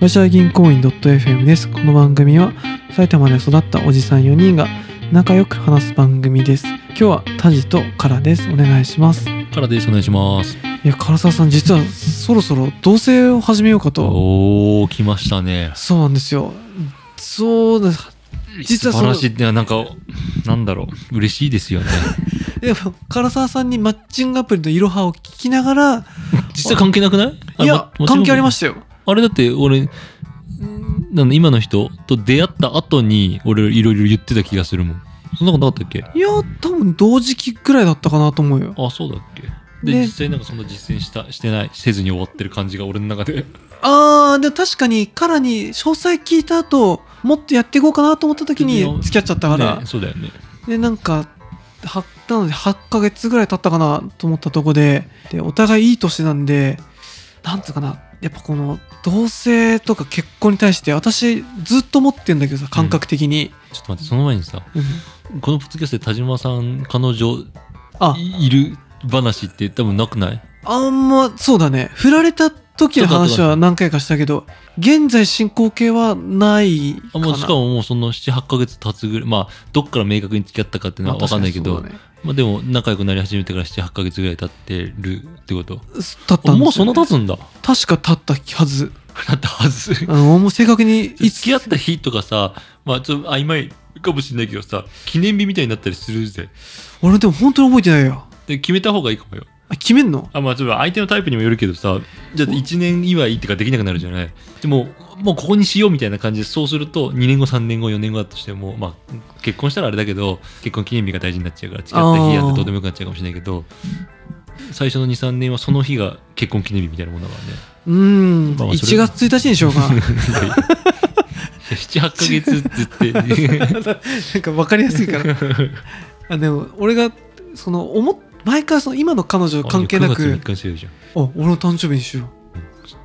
吉田銀行員 .fm です。この番組は埼玉で育ったおじさん4人が仲良く話す番組です。今日はタジとカラです。お願いします。いからですお願いしますや、唐沢さん、実はそろそろ同棲を始めようかと。おお来ましたねそうなんですよ。そうです。実はそ素晴のらしいねなんかなんだろう嬉しいで すよねでも、唐沢さんにマッチングアプリのいろはを聞きながら、実は関係なくないいや、関係ありましたたよ。あれだって俺なんだ今の人と出会った後に俺いろいろ言ってた気がするもんそんなことなかったっけいや、多分同時期くらいだったかなと思うよ。あそうだっけで、ね実際なんかそんな実践したしてないせずに終わってる感じが俺の中であー、でも確かに、カラに詳細聞いた後、もっとやっていこうかなと思った時に付き合っちゃったから、ねそうだよねで、なんか、はなので8ヶ月ぐらい経ったかなと思ったとこで、で、お互いいい年なんで、なんつうかな、やっぱこの、同棲とか結婚に対して、私ずっと思ってんだけどさ、感覚的に。ちょっと待ってその前にさうんこのポッドキャストで田島さん彼女あ、いいる話って多分なくないあんま、そうだね。振られた時の話は何回かしたけど、現在進行形はないかあな。もうしかももうその78ヶ月経つぐらいまあどっから明確に付き合ったかっていうのは分かんないけど、まあ確かにまあ、でも仲良くなり始めてから78ヶ月ぐらい経ってるってこそとうだね経ったんですよねもうそんな経つんだ 確か経ったはず。だってはずあの、もう正確に、い付つ、き合った日とかさまあちょっと曖昧かもしれないけどさ記念日みたいになったりするぜ俺でも本当に覚えてないよ。で決めた方がいいかもよあ、決めんのあまあちょっと相手のタイプにもよるけどさじゃあ1年祝いってかできなくなるじゃないでももうここにしようみたいな感じでそうすると2年後3年後4年後だとしてもまあ結婚したらあれだけど結婚記念日が大事になっちゃうから付き合った日やってどうでもよくなっちゃうかもしれないけど最初の23年はその日が結婚記念日みたいなものだからねうーん、まあまあそ1れ月1日にしよ うかな。 78ヶ月ってなんか分かりやすい から。あ、でも、俺が、その、思っ、毎回その、今の彼女関係な3く、日にしてるじゃんあ、俺の誕生日にしよ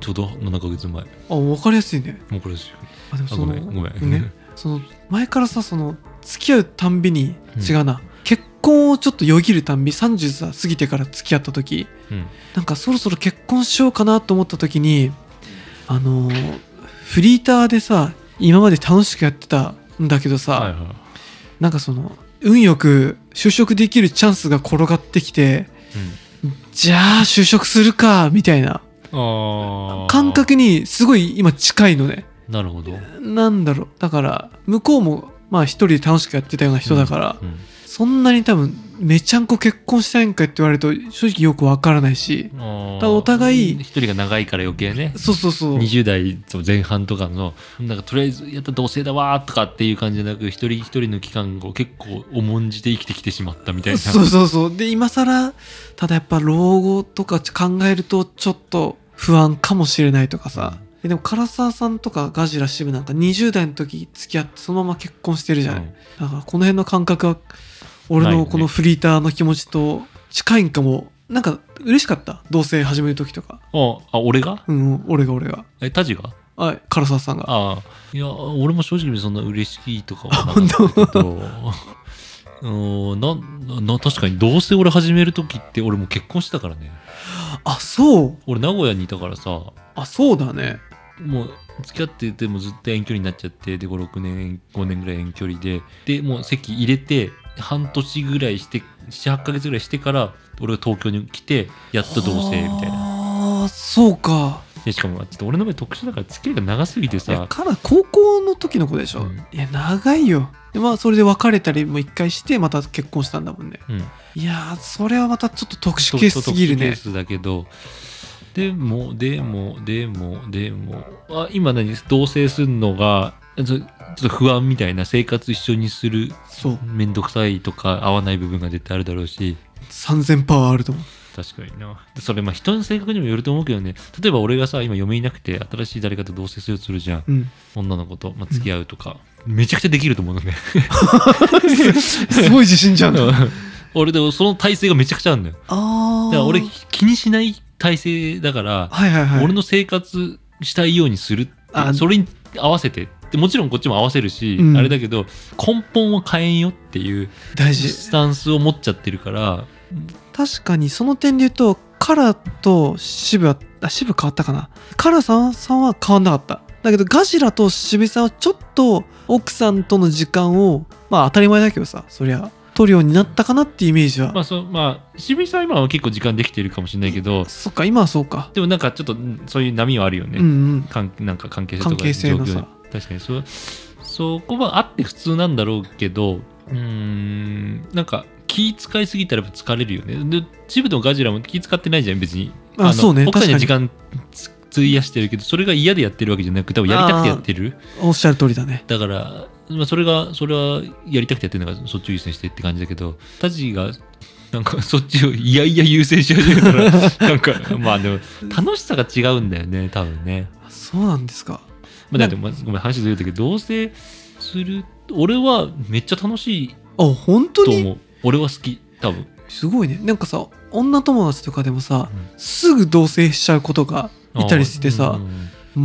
ちょうど7ヶ月前もう。あ、分かりやすいね。うこれですよあでもあそのごめんごめん、ねその前からさその付き合うたんびにうん違うな、結婚をちょっとよぎるたんび30さ過ぎてから付き合った時うんなんかそろそろ結婚しようかなと思った時にあのーフリーターでさ今まで楽しくやってたんだけどさ、はいはなんかその運よく就職できるチャンスが転がってきてい、うんじゃあ就職するかみたいなあー感覚にすごい今近いのねなるほど、なんだろうだから向こうもまあ一人で楽しくやってたような人だから、うそんなに多分めちゃんこ結婚したいんかって言われると正直よくわからないしん、あーただお互いうん一人が長いから余計ねそうそうそう20代前半とかのなんかとりあえずやった同棲だわーとかっていう感じじゃなく一人一人の期間を結構重んじて生きてきてしまったみたい なそうそうそうで今更ただやっぱ老後とか考えるとちょっと不安かもしれないとかさ、でも唐沢さんとかガジラ渋なんか20代の時付き合ってそのまま結婚してるじゃない、うんだからこの辺の感覚は俺ないのよねこのフリーターの気持ちと近いんかもなんか嬉しかった同棲始める時とかああ俺がうん俺が俺がえタジがあ唐沢さんがああいや俺も正直そんな嬉しいとかはなかったけど うんなな確かにどうせ俺始める時って俺もう結婚してたからねあそう俺名古屋にいたからさあそうだねもう付き合っててもずっと遠距離になっちゃってで56年5年ぐらい遠距離ででもう籍入れて半年ぐらいして78ヶ月ぐらいしてから俺が東京に来てやっと同棲みたいななあーそうかでしかもちょっと俺の場合特殊だから付き合いが長すぎていやさから高校の時の子でしょ、うんいや長いよでまあそれで別れたりも一回してまた結婚したんだもんねうんいやーそれはまたちょっと特殊ケースすぎる特殊ケーねスだけどでもでもでもでもあ今何同棲するのがちょちょっと不安みたいな生活一緒にするそう面倒くさいとか合わない部分が絶対あるだろうし3000パワーあると思う確かになでそれまあ人の性格にもよると思うけどね例えば俺がさ今嫁いなくて新しい誰かと同棲するとするじゃん うん、女の子と、まあ、付き合うとか、めちゃくちゃできると思う のねす ごい自信じゃん。あ俺でもその体勢がめちゃくちゃあるんだよあー。だから俺気にしない体勢だから、はいはいはい。俺の生活したいようにするってあそれに合わせてでもちろんこっちも合わせるし、うんあれだけど根本を変えんよっていう大事。スタンスを持っちゃってるから確かにその点で言うと、カラと渋は、あ、渋変わったかな。カラさんさんは変わんなかった。だけどガジラと渋井さんはちょっと奥さんとの時間をまあ当たり前だけどさそりゃ取るようになったかなってイメージは、まあそうまあ渋井さんは今は結構時間できてるかもしれないけどそっか今はそうか、でもなんかちょっとうんそういう波はあるよね、うんうん関なんか関係性とか関係性のさ状況確かにそそこはあって普通なんだろうけどうーんなんか気使いすぎたらやっぱ疲れるよねでチブとガジラも気使ってないじゃん別にあのそうね奥さんには時確間つ費やしてるけどそれが嫌でやってるわけじゃなく多分やりたくてやってるおっしゃる通りだねだから、まあ、それがそれはやりたくてやってるのがそっちを優先してって感じだけどタジがなんか そっちをいやいや優先し始め たらなんかまあでも楽しさが違うんだよね多分ねそうなんですかまあ、だってまごめん話ずれたけど同棲する俺はめっちゃ楽しいあ本当とに思う俺は好き多分、すごいねなんかさ女友達とかでもさうんすぐ同棲しちゃうことがいたりしてさうんう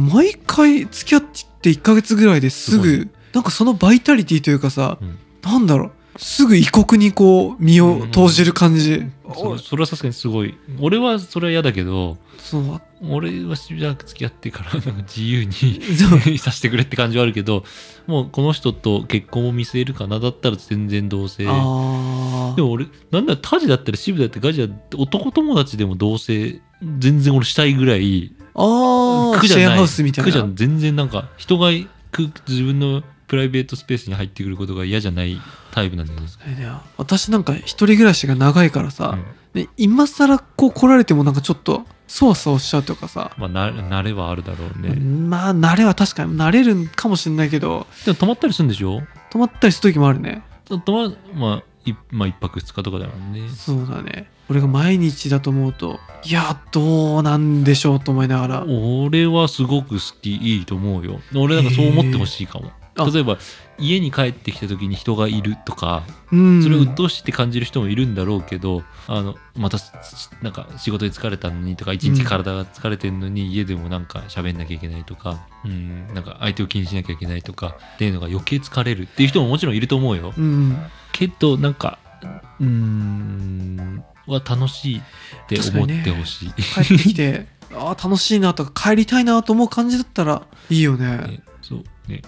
んうん毎回付き合って1ヶ月ぐらいですぐすごなんかそのバイタリティというかさ、うんなんだろうすぐ異国にこう身を投じる感じ、そおそれはさすがにすごい俺はそれは嫌だけどそう俺はしばらく付き合ってからなんか自由にそう させてくれって感じはあるけどもうこの人と結婚を見据えるかなだったら全然同棲あでも俺なんだタジだったり渋だってガジだって男友達でも同棲全然俺したいぐらいああー苦シじゃないェアハウスみたい苦じゃなん全然なんか人がく自分のプライベートスペースに入ってくることが嫌じゃないタイプなんですあれだよ私なんか一人暮らしが長いからうさん、で今更こう来られてもなんかちょっとそわそわしちゃうというかさ、まあな慣れはあるだろうねまあ慣れは確かに慣れるんかもしれないけどでも泊まったりするんでしょ止まったりする時もあるね泊ままあいまあ一泊二日とかだもんねそうだね俺が毎日だと思うといやどうなんでしょうと思いながら俺はすごく好きいいと思うよ俺なんかそう思ってほしいかもあ例えば家に帰ってきた時に人がいるとかうんそれを鬱陶しいって感じる人もいるんだろうけど、あのまたすなんか仕事で疲れたのにとか一日体が疲れてるのに家でもなんか喋んなきゃいけないとか、うん、なんか相手を気にしなきゃいけないとかっていうのが余計疲れるっていう人ももちろんいると思うようんけどなんかうーんは楽しいって思ってほしい、 帰ってきて あー楽しいなとか帰りたいなと思う感じだったらいいよねねそうね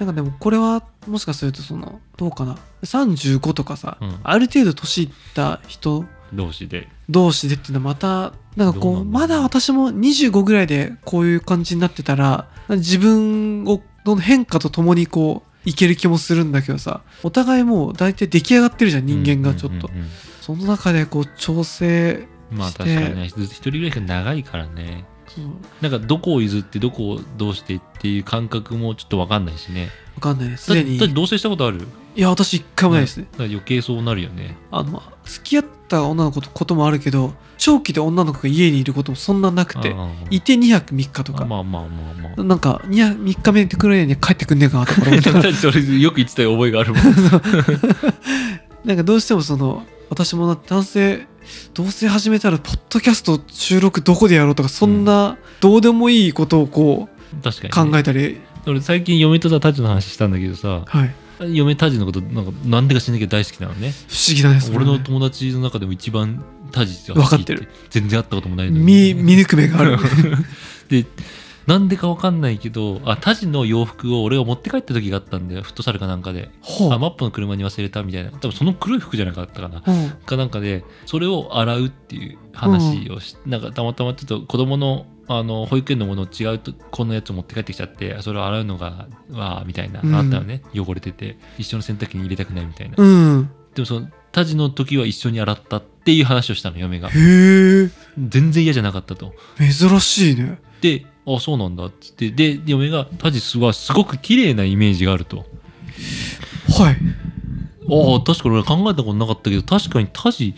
なんかでもこれはもしかするとそのどうかな35とかさ、うんある程度年いった人同士で同士でっていうのはまたなんかこうどうなんだろまうだ私も25ぐらいでこういう感じになってたら自分をの変化とともにこういける気もするんだけどさお互いもう大体出来上がってるじゃん人間がちょっと、うんうんうんうんその中でこう調整まあして確かにねずっと一人ぐらいが長いからねそうなんかどこを譲ってどこをどうしてっていう感覚もちょっと分かんないしねわかんないねすだでってにだって同棲したことあるいや私一回もないですね、だから余計そうなるよねあの付き合った女の子とこともあるけど長期で女の子が家にいることもそんななくていって2泊3日とか、まあまあまあまあなんか2泊3日目でくらいに帰ってくんねえかなとか思いながら私それよく言ってた覚えがあるもんなんかどうしてもその私もな男性同棲始めたらポッドキャスト収録どこでやろうとかそんなどうでもいいことをこう確か考に、ね、えたり、俺最近嫁とさタジの話したんだけどさはい嫁タジのことなんかなんでか知んなきゃ大好きなのね不思議だねそれ俺ねの友達の中でも一番タジがわかってる全然会ったこともないのに見見抜く目 があるでなんでかわかんないけどあタジの洋服を俺が持って帰った時があったんだよフットサルかなんかでほうあマップの車に忘れたみたいな多分その黒い服じゃなかったかなうんかなんかでそれを洗うっていう話をし、なんかたまたまちょっと子供のあの保育園のものを違うとこのやつを持って帰ってきちゃってそれを洗うのがわあみたいな、うんあったのね汚れてて一緒の洗濯機に入れたくないみたいな、うんでもそのタジの時は一緒に洗ったっていう話をした の嫁がへえ全然嫌じゃなかったと珍しいねであそうなんだっつってで嫁がタジはすごく綺麗なイメージがあるとはいああ確かに俺考えたことなかったけど確かにタジ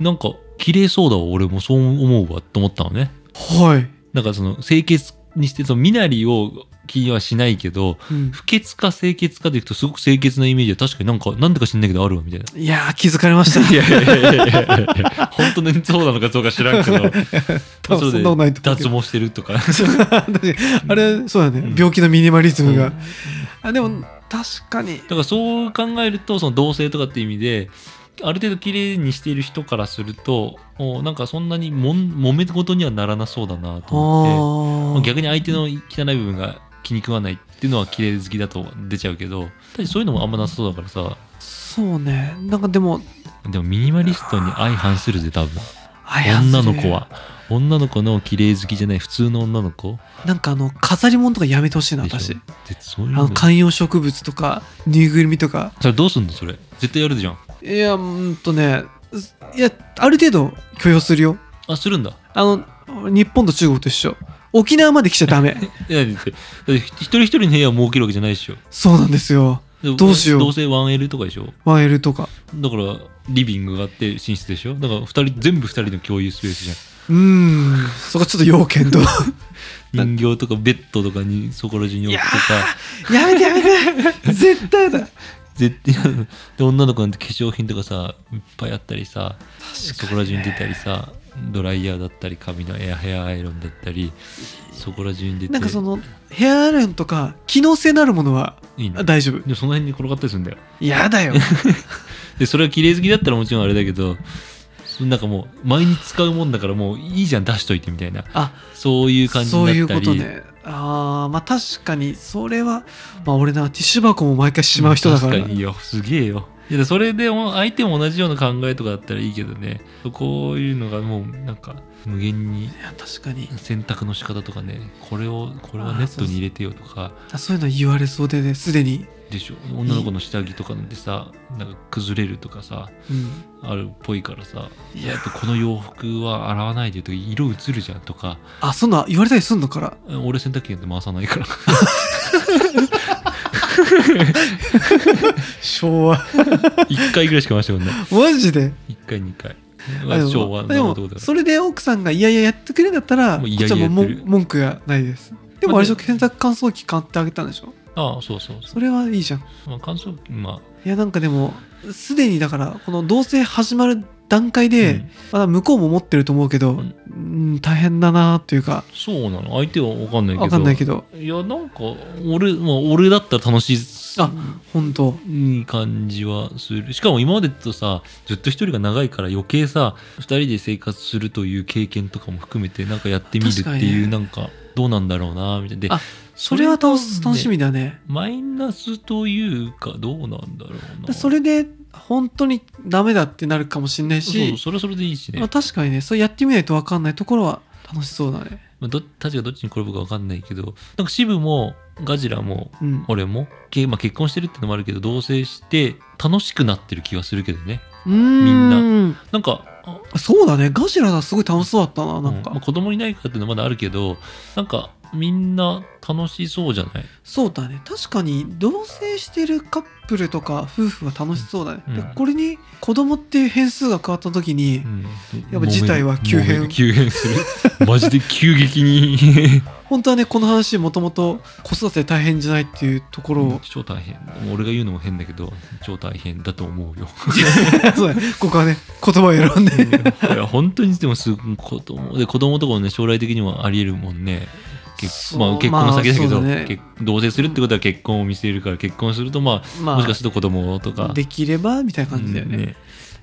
なんか綺麗そうだわ俺もそう思うわと思ったのねはい、なんかその清潔にしてその身なりを気にはしないけどうん不潔か清潔かでいくとすごく清潔なイメージは確かになんかなんでか知んないけどあるわみたいな。 いやー気づかれました いやいやいやいやいや 本当にそうなのかどうか知らんけど多分そんなことないと思うけ脱ど毛してるとかあれそうだね、うん病気のミニマリズムが、うんあでも確かにだからそう考えるとその同性とかっていう意味である程度綺麗にしている人からするとおなんかそんなにもん揉め事にはならなそうだなと思ってあ逆に相手の汚い部分が気に食わないっていうのは綺麗好きだと出ちゃうけど確かにそういうのもあんまなさそうだからさそうねなんかでもでもミニマリストに相反するぜ多分あいや女の子それは女の子の綺麗好きじゃない普通の女の子なんかあの飾り物とかやめてほしいなでし私ょあでそういうのの観葉植物とかぬいぐるみとかそれどうすんのそれ絶対やるじゃんいやうーんとねいやある程度許容するよあするんだあの日本と中国と一緒沖縄まで来ちゃダ メいやだってだって一人一人の部屋を設けるわけじゃないでしょそうなんですよでもどうしようどうせ 1L とかでしょ 1L とかだからリビングがあって寝室でしょだから二人全部二人の共有スペースじゃんうーんそこはちょっと要 件と人形とかベッドとかにそこら中に置くとかやめてやめて 絶対だ絶対で女の子なんて化粧品とかさいっぱいあったりさそ確こら中に出たりさドライヤーだったり髪のエアヘアアイロンだったりそこら中に出てなんかそのヘアアイロンとか機能性のあるものはいいのあで大丈夫もその辺に転がったりするんだよや だよでそれは綺麗好きだったらもちろんあれだけどそなんかもう毎日使うもんだからもういいじゃん出しといてみたいなあそういう感じそういうになったりことねああまあ確かにそれはまあ俺なティッシュ箱も毎回しまう人だから確かによすげえよいやそれでも相手も同じような考えとかだったらいいけどねこういうのがもうなんか無限にいや確かに選択の仕方とかねこれをこれはネットに入れてよとかあそういうの言われそうでねすでに、でしょ女の子の下着とかなんてさなんか崩れるとかさうん、あるっぽいからさいいややあとこの洋服は洗わないでとか色映るじゃんとかあそんな言われたりすんのから俺洗濯機なんて回さないから 昭和一回ぐらいしか回したことな いマジで一回二回あでも昭和での男もだそれで奥さんがいやいややってくれるんだったらこもうっいやいやちはもうもやってんる文句がないですでもあれでしょ洗濯乾燥機買ってあげたんでしょああそうそうそそれはいいじゃんう、まあ、乾燥機まあいやなんかでもすでにだからこの同棲始まる段階で、うんまだ向こうも思ってると思うけど、ううんん、大変だなというかそうなの相手は分かんないけど分かんないけどいやなんか俺,、まあ、俺だったら楽しいあ本当いい感じはするしかも今までとさずっと一人が長いから余計さ二人で生活するという経験とかも含めてなんかやってみるって確かにいうねなんかどうなんだろうなみたいなであそれは楽しそれはね楽しみだねマイナスというかどうなんだろうなでそれで本当にダメだってなるかもしれないそうしそうそれはそれでいいしね、まあ、確かにねそれやってみないと分かんないところは楽しそうだねまあ、ど確かどっちに転ぶか分かんないけどなんかシブもガジラもうん俺も、けまあ、結婚してるってのもあるけど同棲して楽しくなってる気がするけどねみんなんかあそうだねガジラさんすごい楽しそうだったななんか、うんまあ、子供いないからっていうのはまだあるけどなんかみんな楽しそうじゃないそうだね確かに同棲してるカップルとか夫婦は楽しそうだね、うんでこれに子供っていう変数が変わった時に、やっぱ事態は急変揉める急変す るマジで急激に本当はねこの話もともと子育て大変じゃないっていうところを、超大変俺が言うのも変だけど超大変だと 思うよ そうだねここはね言葉を選んでいや本当にでもすごい子供で子供とかもね将来的にはありえるもんね結,、そうまあ、結婚の先だけまあそど、うだね結同棲するってことは結婚を見せるから結婚するとまあ まあもしかすると子供とかできればみたいな感じだよね,、うん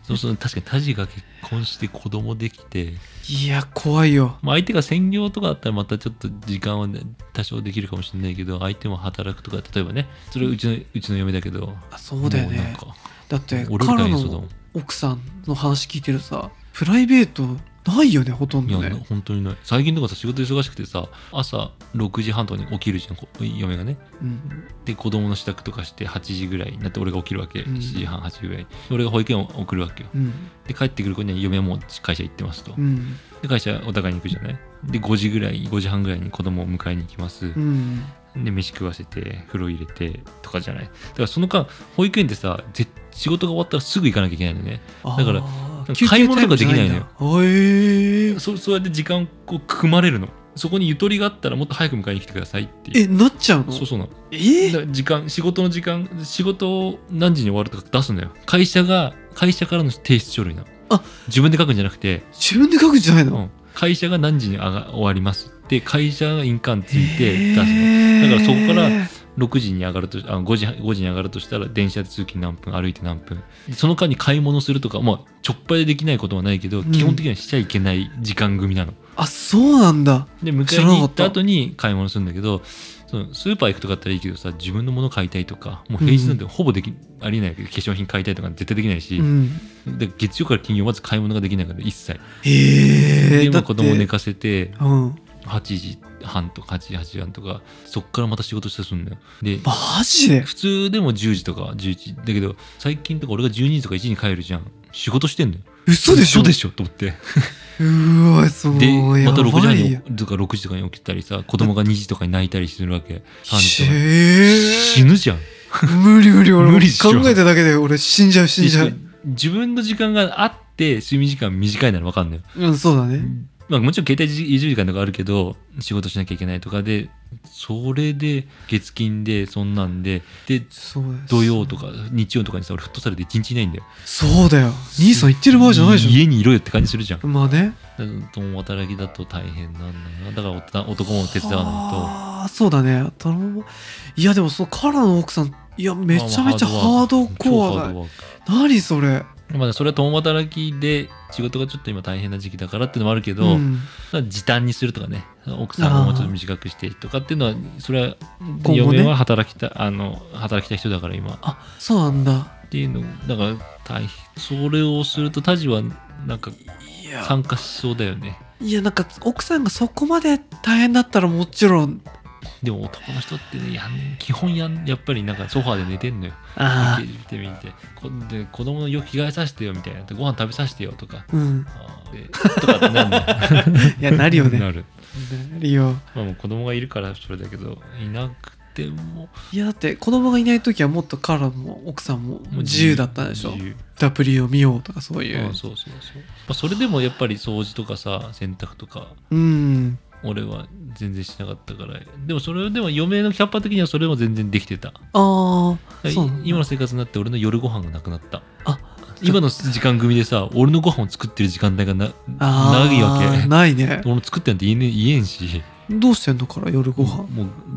そうそう確かにタジが結婚して子供できて、いや怖いよまあ、相手が専業とかだったらまたちょっと時間はね、多少できるかもしれないけど相手も働くとか例えばねそれはうちのうちの嫁だけどあそうだよもうなんねかだって俺みカたラいにそうだのもん奥さんの話聞いてるとさプライベートないよねほとんいや、どね本当にない最近とかさ仕事忙しくてさ朝6時半とかに起きるじゃんこ嫁がねうんで子供の支度とかして8時ぐらいになって俺が起きるわけ、うん7時半8時ぐらい俺が保育園を送るわけようんで帰ってくる子には嫁はもう会社行ってますと、うんで会社お互いに行くじゃないで5時ぐらい5時半ぐらいに子供を迎えに行きます、うんで飯食わせて風呂入れてとかじゃないだからその間保育園ってさぜ仕事が終わったらすぐ行かなきゃいけないのねあだからー買い物とかできない休のよ憩タイムじゃないんだへーそそうやって時間をこう組まれるのそこにゆとりがあったらもっと早く迎えに来てくださいっていうえなっちゃうのそうそうなのえだから時間仕事の時間仕事を何時に終わるとか出すのよ会社が会社からの提出書類なのあ自分で書くんじゃなくて自分で書くんじゃないの、うん会社が何時に上が終わりますって会社が印鑑ついて出すの、へーだからそこから6時に上がるとあ5時5時に上がるとしたら電車で通勤何分歩いて何分その間に買い物するとか、まあ、ちょっぱいでできないことはないけうど、ん基本的にはしちゃいけない時間組なのあそうなんだで迎えに行った後に買い物するんだけどそのスーパー行くとかだったらいいけどさ自分のもの買いたいとかもう平日なんてほぼでき、ありえないわけど化粧品買いたいとか絶対できないしう、んで月曜から金曜まず買い物ができないから一切、へえでまだっあて子供寝かせてうん8時半とか8時8時半とかそっからまた仕事してするんだよでマジで普通でも10時とか11時だけど最近とか俺が12時とか1時に帰るじゃん仕事してんだよ嘘でしょ嘘でしょと思ってうわそうでやまた6時ば半いにやとか6時とかに起きたりさ子供が2時とかに泣いたりするわけ3時とかにへ死えぬじゃん無理無理俺無理っしょ考えただけで俺死んじゃう死んじゃうで自分の時間があって睡眠時間短いなら分かんないよ、うんそうだねまあ、もちろん携帯自由時間とかあるけど仕事しなきゃいけないとかでそれで月金でそんなんででそうだよ土曜とか日曜とかにさ俺フットサルで1日いないんだよそうだよ兄さん言ってる場合じゃないじ家にいろよって感じするじゃんゃんまあね共働きだと大変なんだなだからお男も手伝わああそうだね頼むいやでもそのカラーの奥さんいやないめとちゃめちゃまあハードコ超アハーだドワー何それクまあそれは共働きで仕事がちょっと今大変な時期だからっていうのもあるけど、うん時短にするとかね奥さんをもうちょっと短くしてとかっていうのはそれは後ね嫁は働きたあの働きた人だから今あそうなんだっていうのだから大変それをするとタジはなんかいや参加しそうだよねいやなんか奥さんがそこまで大変だったらもちろんでも男の人ってねやん基本やんやっぱりなんかソファーで寝てんのよあ見てみてこで子供のよく着替えさせてよみたいなご飯食べさせてよとかうんあーでとかってなんだ いやなるよね ななる、るよまあ、もう子供がいるからそれだけどいなくてもいやだって子供がいない時はもっとカラも奥さんももう自由だったんでしょ自由 W を見ようとかそういあうーそうそうそう、まあ、それでもやっぱり掃除とかさ洗濯とかうん俺は全然しなかったからでもそれでも嫁のキャパ的にはそれも全然できてたああいそうなんだ今の生活になって俺の夜ご飯がなくなったあ今の時間組でさ俺のご飯を作ってる時間帯がなあ長いわーけないね俺作ってなんて言え,、ね、言えん しどうしてんのから夜ご飯もう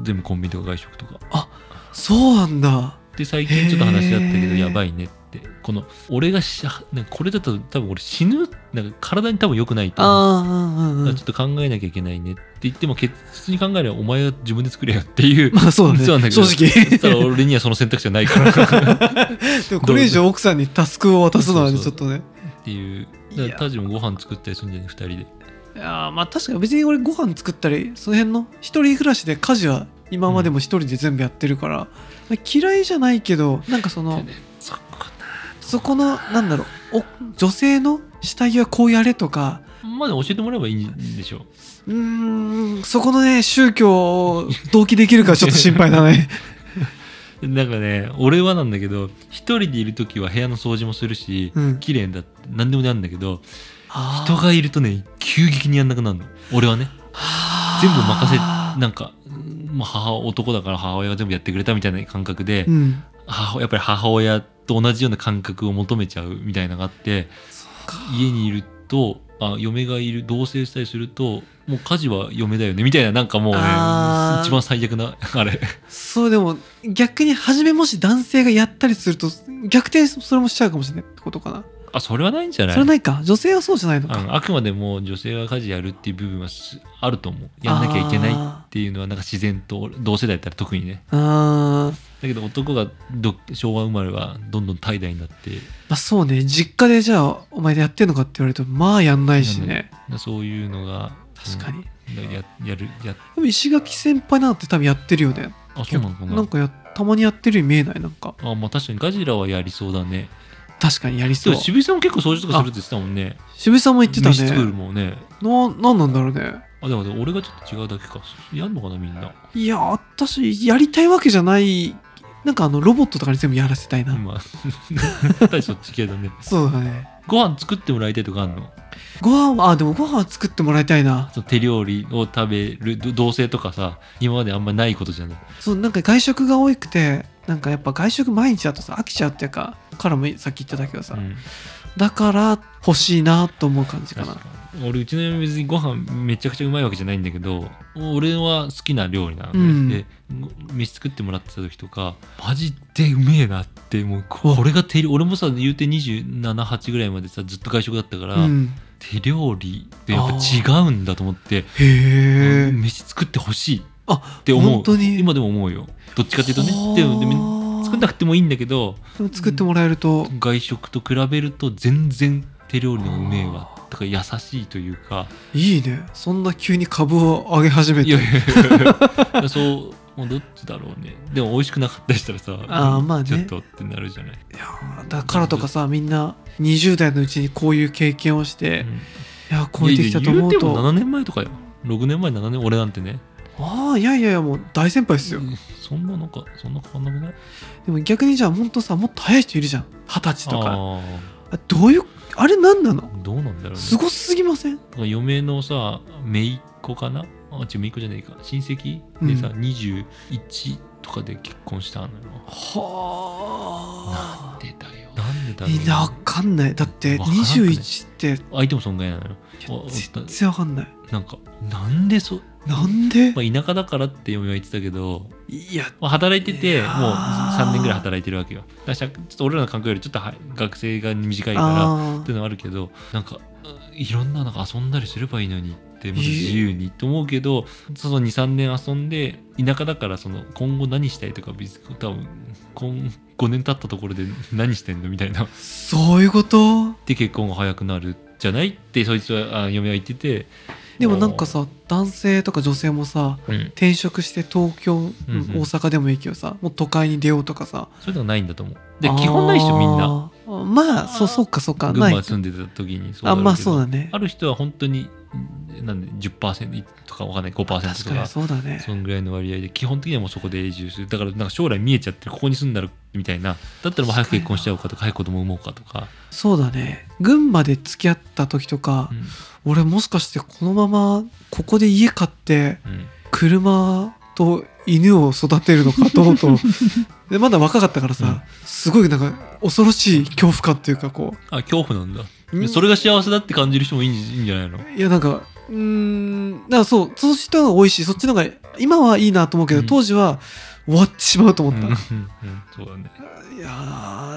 全部コンビニとか外食とかそうなんだで最近ちょっと話し合ったけどへーやばいねってこの俺がしなんかこれだと多分俺死ぬなんか体に多分良くないと思うああだからちょっと考えなきゃいけないねって言ってもけ普通に考えればお前は自分で作れよっていうまあそうだねそうなんだけ正ど直ただ俺にはその選択肢はないから っでもこれ以上奥さんにタスクを渡すのはねちそょうっとねていういやだからタジもご飯作ったりするんじゃない2人であーまあ確かに別に俺ご飯作ったりその辺の一人暮らしで家事は今までも一人で全部やってるから、嫌いじゃないけどなんかそのでねそこそこのなんだろうお女性の下着はこうやれとかまで教えてもらえばいいんでしょうーんそこのね宗教を同期できるかちょっと心配だ ねなんかね俺はなんだけど一人でいる時は部屋の掃除もするし、うん綺麗だって何でもやるんだけどあー人がいるとね急激にやんなくなるの俺はねはー全部任せなんか、うんまあ、母男だから母親が全部やってくれたみたいな感覚で、うん母やっぱり母親と同じような感覚を求めちゃうみたいなのがあってそうか家にいるとあ嫁がいる同棲したりするともう家事は嫁だよねみたいななんかもうねあー一番最悪なあれそうでも逆に初めもし男性がやったりすると逆転それもしちゃうかもしれないってことかな、あそれはないんじゃないそれないか女性はそうじゃないのか、うんあくまでも女性は家事やるっていう部分はすあると思うやんなきゃいけないっていうのはなんか自然と同世代だったら特にねあーだけど男がど昭和生まれはどんどん怠惰になってまあそうね実家でじゃあお前でやってんのかって言われるとまあやんないしねそういうのが確かに、でうんややるやも石垣先輩なんて多分やってるよねあそうなのかななんかやたまにやってるように見えないなんかあまあ確かにガジラはやりそうだね確かにやりでそうも渋井さんも結構掃除とかするって言ってたもんね渋さんも言ってたミスクールねもねななんなんだろうねあでもでも俺がちょっと違うだけかやんのかなみんないや私やりたいわけじゃないなんかあのロボットとかに全部やらせたいな、今 大体そっち系だねそうだねご飯作ってもらいたいとかあんのご飯はあでもご飯は作ってもらいたいなその手料理を食べるど同性とかさ今まであんまないことじゃないそうなんか外食が多くてなんかやっぱ外食毎日だとさ飽きちゃうっていうかからもさっき言ってたけどさ、うんだから欲しいなと思う感じかな確かに俺うちの嫁別にご飯めちゃくちゃうまいわけじゃないんだけど俺は好きな料理なので,、うんでご飯作ってもらってた時とかマジでうめえなってもうここれが手料理俺もさ言うて278ぐらいまでさずっと外食だったから、うん手料理ってやっぱ違うんだと思って、へえ、飯作ってほしいっあて思う本当に今でも思うよどっちかっていうとねでもでも作んなくくてもいいんだけどても作ってもらえると、外食と比べると全然手料理のうめえわとか優しいという かいいねそんな急に株を上げ始めいやいてやいやいやそうもうどっちだろうねでも美味しくなかったりしたらさあーまあねちょっとってなるじゃない、いやだからとかさみんな20代のうちにこういう経験をして、うんいや超えてきたと思ういやいや言うてもと7年前とかよ6年前7年俺なんてねああいやいやいやもう大先輩ですよ、うんそんななんかそんな変わんなくないでも逆にじゃあ本当さもっと早い人いるじゃん二十歳とかああどういうあれ何なのーどうなんだろうねすごすぎませんなんか嫁のさ姪っ子かなあ違う姪っ子じゃないか親戚でさ、う21とかで結婚したのよなんはあでだよなんでだろいやわうかんないだってわからんくね21って相手も損害なのよお全然わかんないなんかなんでそ、なんでまあ、田舎だからって嫁は言ってたけど、いやまあ、働いていてやもうー3年ぐらい働いてるわけよだからしゃちょっと俺らの感覚よりちょっとは学生が短いからあっていうのはあるけどなんかうんいろんななんか遊んだりすればいいのにってもっと自由にと思うけど、その23年遊んで田舎だからその今後何したいとか別に多分今5年経ったところで何してんのみたいなーそういうことで結婚が早くなるじゃないってそいつはあ嫁は言ってて、でもなんかさ男性とか女性もさうん、転職して東京、うん大阪でもいいけどさもう都会に出ようとかさそういうのはないんだと思うで基本ないでしょみんなあーまあそうそうかそうか群ない馬住んでた時にそうあだろうけどまあそうだねある人は本当にうんなんで10%とかわかんない5%とか確かにそうだねそんぐらいの割合で基本的にはもうそこで永住するだからなんか将来見えちゃってるここに住んだらみたいなだったらもう早く結婚しちゃおうかとか早く子供産もうかとか、そうだね群馬で付き合った時とかう、ん俺もしかしてこのままここで家買ってうん車と犬を育てるのかと思う とでまだ若かったからさ、うんすごいなんか恐ろしい恐怖感というかこあ恐怖なんだ、う、それが幸せだって感じる人もいいんじいいんじゃないのいやなんかうーんだからそうそうしたのが多いしそっちの方が今はいいなと思うけど、うん当時は終わってしまうと思うんった、うんうんそうだねいや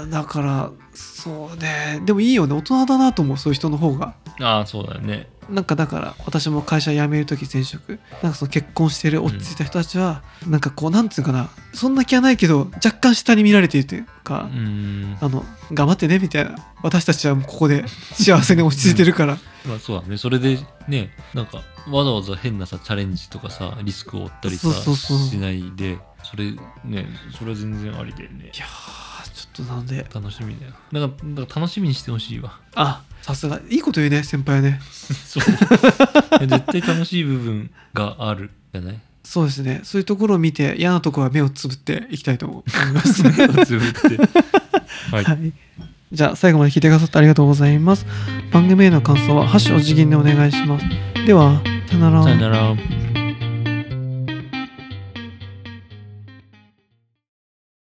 ーだからそうねでもいいよね大人だなと思うそういう人の方がああそうだねなんかだから私も会社辞める時前職なんかその結婚してる落ち着いた人たちは、なんかこうなんつうのかなそんな気はないけど若干下に見られているといううか、んあの頑張ってねみたいな私たちはもうここで幸せに落ち着いてるから、まあそうだねそれでねなんかわざわざ変なさチャレンジとかさリスクを負ったりさそうそうそうしないでそれねそれは全然ありだよねいやーちょっとなんで楽しみだよなんかなんか楽しみにしてほしいわ あさすがいいこと言うね先輩はねそう絶対楽しい部分があるじゃない そうですねそういうところを見て嫌なところは目をつぶっていきたいと思いま すそれをつぶってはいはい。じゃあ最後まで聞いてくださってありがとうございます。番組への感想は、ハッシュお辞儀でお願いします。では、さよならさよなら